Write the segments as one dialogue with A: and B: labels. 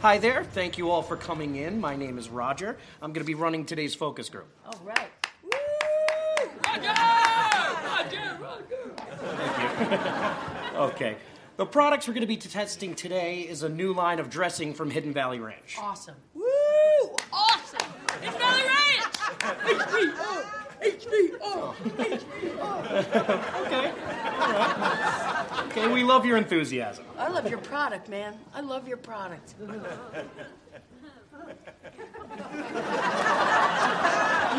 A: Hi there. Thank you all for coming in. My name is Roger. I'm going to be running today's focus group.
B: All right.
A: Okay. The products we're going to be testing today is a new line of dressing from Hidden Valley Ranch.
B: Awesome.
C: Woo! Awesome! It's Valley Ranch! HBO! HBO!
A: Okay. All right. Okay, we love your enthusiasm.
B: I love your product, man. I love your product. I'm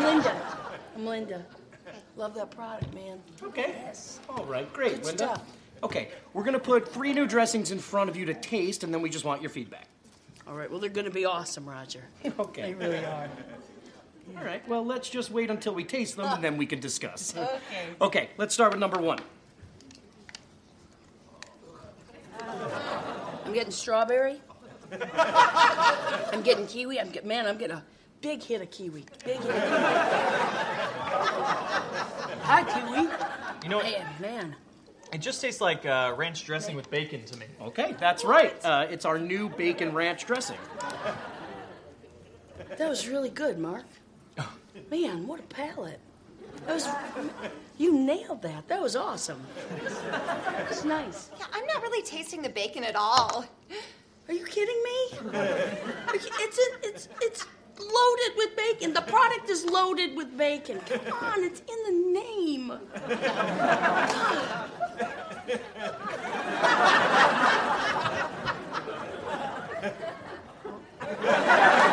B: Linda. I'm Linda. Love that product, man.
A: Okay. All right, great,
B: Good
A: Linda.
B: stuff.
A: Okay, we're going to put three new dressings in front of you to taste, and then we just want your feedback.
B: All right. Well, they're going to be awesome, Roger. They
A: Okay.
B: really are.
A: All right, well, let's just wait until we taste them, and then we can discuss.
B: Okay.
A: Okay, let's start with number one.
B: I'm getting strawberry. I'm getting kiwi. I'm get, man. I'm getting a big hit of kiwi. Big hit. Of kiwi. Hi, kiwi.
D: You know, it,
B: Man, man.
D: it just tastes like uh, ranch dressing with bacon to me.
A: Okay, that's right. Uh, it's our new bacon ranch dressing.
B: That was really good, Mark. Man, what a palate. That was. You nailed that. That was awesome. That was nice.
E: Yeah, I'm not really tasting the bacon at all.
B: Are you kidding me? Are you- It's in, it's it's loaded with bacon. The product is loaded with bacon. Come on, it's in the name.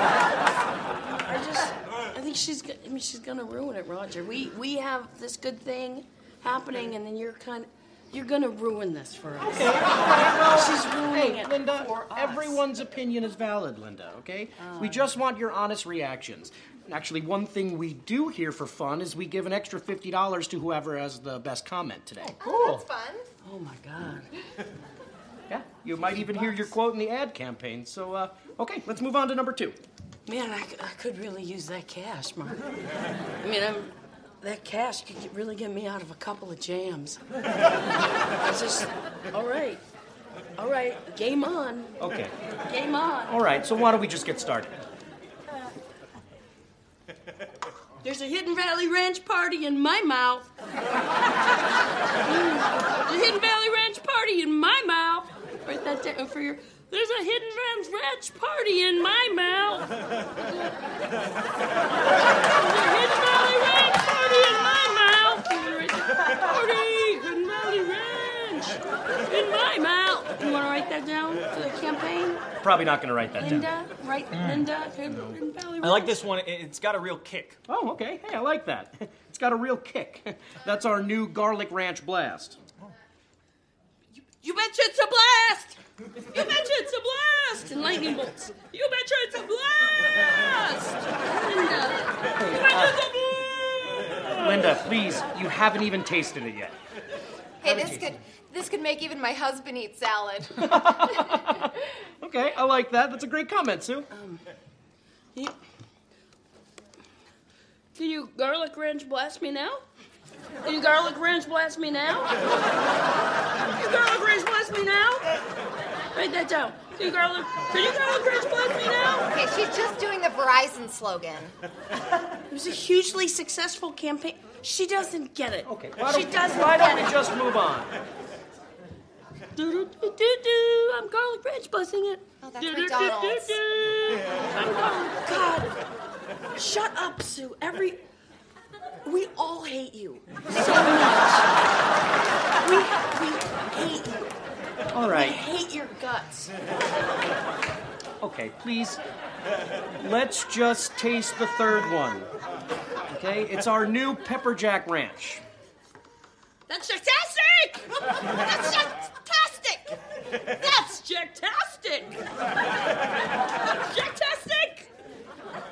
B: I just, I think she's, go- I mean, she's gonna ruin it, Roger. We we have this good thing happening, and then you're kind, you're gonna ruin this for us. She's ruining
A: Hey,
B: it
A: Linda,
B: for us. Um.
A: everyone's opinion is valid, Linda, okay? we just want your honest reactions. And actually, one thing we do here for fun is we give an extra $50 to whoever has the best comment today.
E: Oh, that's fun.
B: Oh my God.
A: Yeah, you might even hear your quote in the ad campaign. So, uh, okay, let's move on to number two.
B: Man, I, c- I could really use that cash, Mark. I mean, I'm, that cash could get- really get me out of a couple of jams. I just, all right, all right, game on,
A: Okay,
B: game on.
A: all right, so why don't we just get started?
B: There's a Hidden Valley Ranch party in my mouth. There's a Hidden Valley Ranch party in my mouth. Write that down for your. There's a Hidden Ranch Ranch party in my mouth. There's a Hidden Valley Ranch party in my mouth. Party Hidden Valley Ranch in my mouth. You want to write that down for the campaign,
A: Probably not gonna write that down.
B: Linda? Write Linda Hidden Valley Ranch.
D: I like this one. It, it's got a real kick.
A: Oh, okay, hey, I like that. It's got a real kick. That's our new garlic ranch blast.
B: You betcha it's a blast! You betcha it's a blast! And lightning bolts. You betcha it's a blast! And, uh, you betcha it's a blast!
A: Linda, please, you haven't even tasted it yet.
E: Hey, this could this could make even my husband eat salad.
A: Okay, I like that. That's a great comment, Sue.
B: You- Can you garlic ranch blast me now? Can you garlic ranch blast me now? Can you garlic ranch blast me now? Write that down. Can you garlic, can you garlic ranch blast me now?
E: okay, she's just doing the Verizon slogan.
B: It was a hugely successful campaign. She doesn't get it.
A: Okay, why
B: she
A: don't,
B: doesn't
A: why
B: get
A: don't we
B: it.
A: just move on?
B: Do-do-do-do-do. I'm garlic ranch busting it.
E: Oh, that's
B: Do-do-do-do-do.
E: McDonald's.
B: I'm garlic. God, shut up, Sue. Every we all hate you so much. We, we hate you.
A: All
B: I
A: right,
B: hate your guts.
A: okay, please, let's just taste the third one. Okay, it's our new pepper jack ranch.
B: That's fantastic.
E: That's just fantastic.
B: That's jacktastic. jacktastic.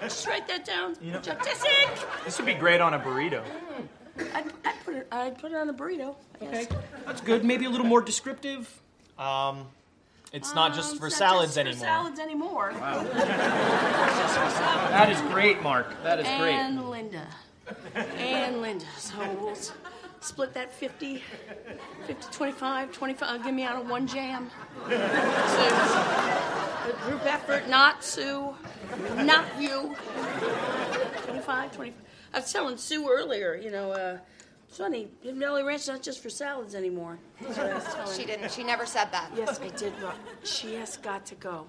B: Just write that down. Jacktastic.
D: This would be great on a burrito.
B: I, I put it. I put it on a burrito. I
A: Okay,
B: guess.
A: that's good. Maybe a little more descriptive.
D: Um, it's not
B: Um,
D: just for
B: it's not
D: salads
B: just
D: anymore.
B: For salads anymore. It's just for salads.
A: That is great, Mark. That is great.
B: And Linda. And Linda. So we'll s- Split that 50, 50, 25, 25. uh, Give me out of one jam. Sue. A group effort, not Sue, not you. 25, 25. I was telling Sue earlier, you know, uh, Sonny, Hidden Valley Ranch is not just for salads anymore. That's what I was telling
E: She didn't. She never said that.
B: Yes, I did. Rob. She has got to go.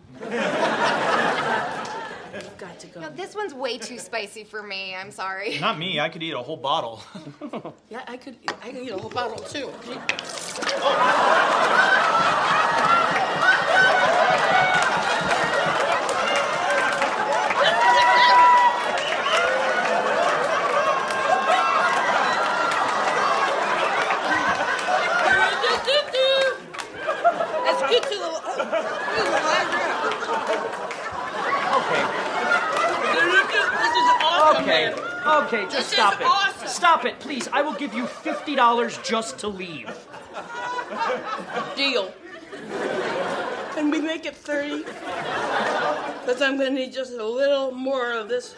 B: You've got to go.
E: No, this one's way too spicy for me. I'm sorry.
D: Not me. I could eat a whole bottle.
B: Yeah, I could. I could eat a whole bottle too. Let's get to the. oh,
A: Okay.
B: This is awesome,
A: Okay.
B: man.
A: Okay, just
B: This is
A: stop it.
B: awesome.
A: Stop it, please. I will give you $50 just to leave.
B: Deal. Can we make it 30? Because I'm going to need just a little more of this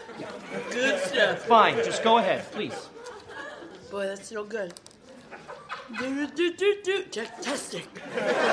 B: good stuff.
A: Fine, just go ahead, please.
B: Boy, that's so good. Do, do, do, do, do. Fantastic.